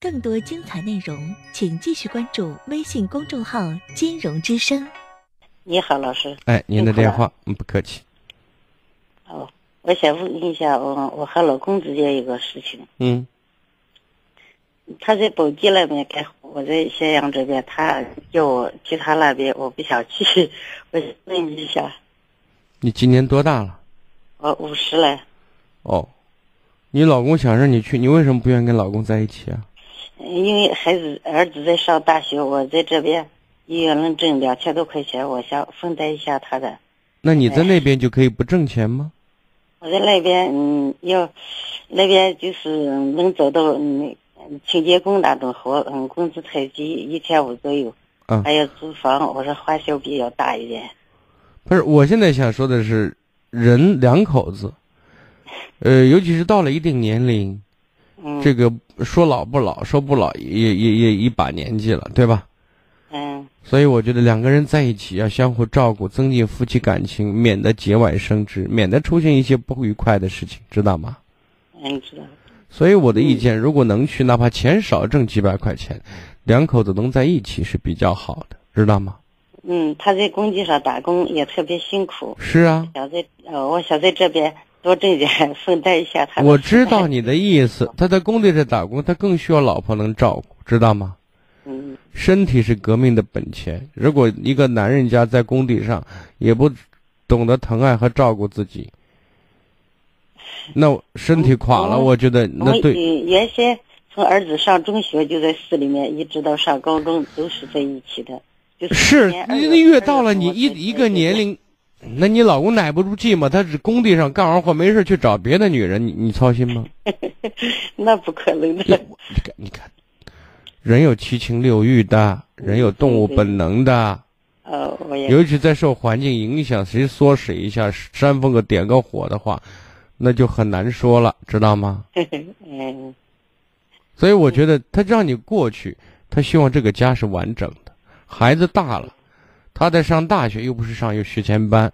更多精彩内容，请继续关注微信公众号“金融之声你好，老师。哎，您辛的苦电了话，嗯，不客气。哦，我想问一下，我我和老公之间有个事情，嗯他在宝鸡那边开户，我在咸阳这边，他叫我去他那边，我不想去。 我想问一下，，你今年多大了？我五十了，哦，你老公想让你去，你为什么不愿意跟老公在一起啊？因为孩子儿子在上大学，我在这边一月能挣两千多块钱，我想分担一下他的。那你在那边就可以不挣钱吗？我在那边，嗯，要那边就是能找到嗯清洁工那种活，嗯，工资太低，一千五左右。啊还有租房，我说花销比较大一点。不是，我现在想说的是，人两口子，呃，尤其是到了一定年龄，嗯，这个说老不老，说不老也也也一把年纪了，对吧？嗯所以我觉得两个人在一起要相互照顾，增进夫妻感情，免得节外生枝，免得出现一些不愉快的事情，知道吗？嗯，知道。所以我的意见，如果能去，哪怕钱少挣几百块钱，两口子能在一起是比较好的，知道吗？嗯，他在工地上打工也特别辛苦，是啊，想在呃，我想在这边多挣点，分担一下他的。我知道你的意思。他在工地上打工，他更需要老婆能照顾，知道吗？嗯身体是革命的本钱。如果一个男人家在工地上也不懂得疼爱和照顾自己，那我身体垮了，嗯我觉得我那对以原先从儿子上中学就在市里面，一直到上高中都是在一起的。就是今年你20那越到了你我才一一个年才龄，那你老公耐不住寂寞，他是工地上干完活没事去找别的女人，你你操心吗？那不可能你的。看，你看，人有七情六欲的，人嗯有动物本能的，呃，我也尤其在受环境影响，谁唆使一下煽风个点个火的话，那就很难说了，知道吗？ 嗯所以我觉得他让你过去，他希望这个家是完整的。孩子大了，他在上大学，又不是上有学前班，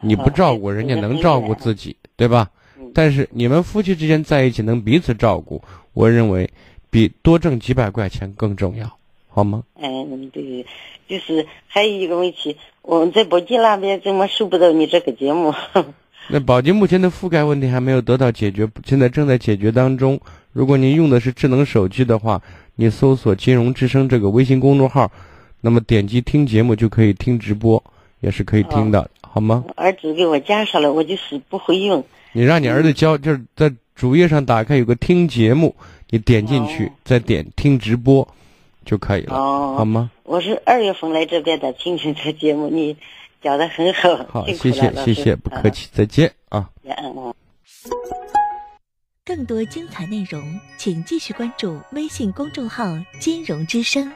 你不照顾哦人家能照顾自己，对吧嗯？但是你们夫妻之间在一起能彼此照顾，我认为比多挣几百块钱更重要，好吗？嗯，对，就是还有一个问题，我们在宝鸡那边怎么收不到你这个节目？ 那宝洁目前的覆盖问题还没有得到解决，现在正在解决当中。如果您用的是智能手机的话，你搜索“金融之声”这个微信公众号，那么点击听节目就可以听直播，也是可以听到的，好吗？儿子给我加上了，我就死不会用。你让你儿子教，就是在主页上打开有个听节目，你点进去哦，再点听直播就可以了，好哦，吗？我是二月份来这边的，听你的节目，你讲的很好，好，辛苦谢谢了，老谢师谢，不客。气，再见啊。嗯嗯嗯。”。更多精彩内容，请继续关注微信公众号“金融之声”。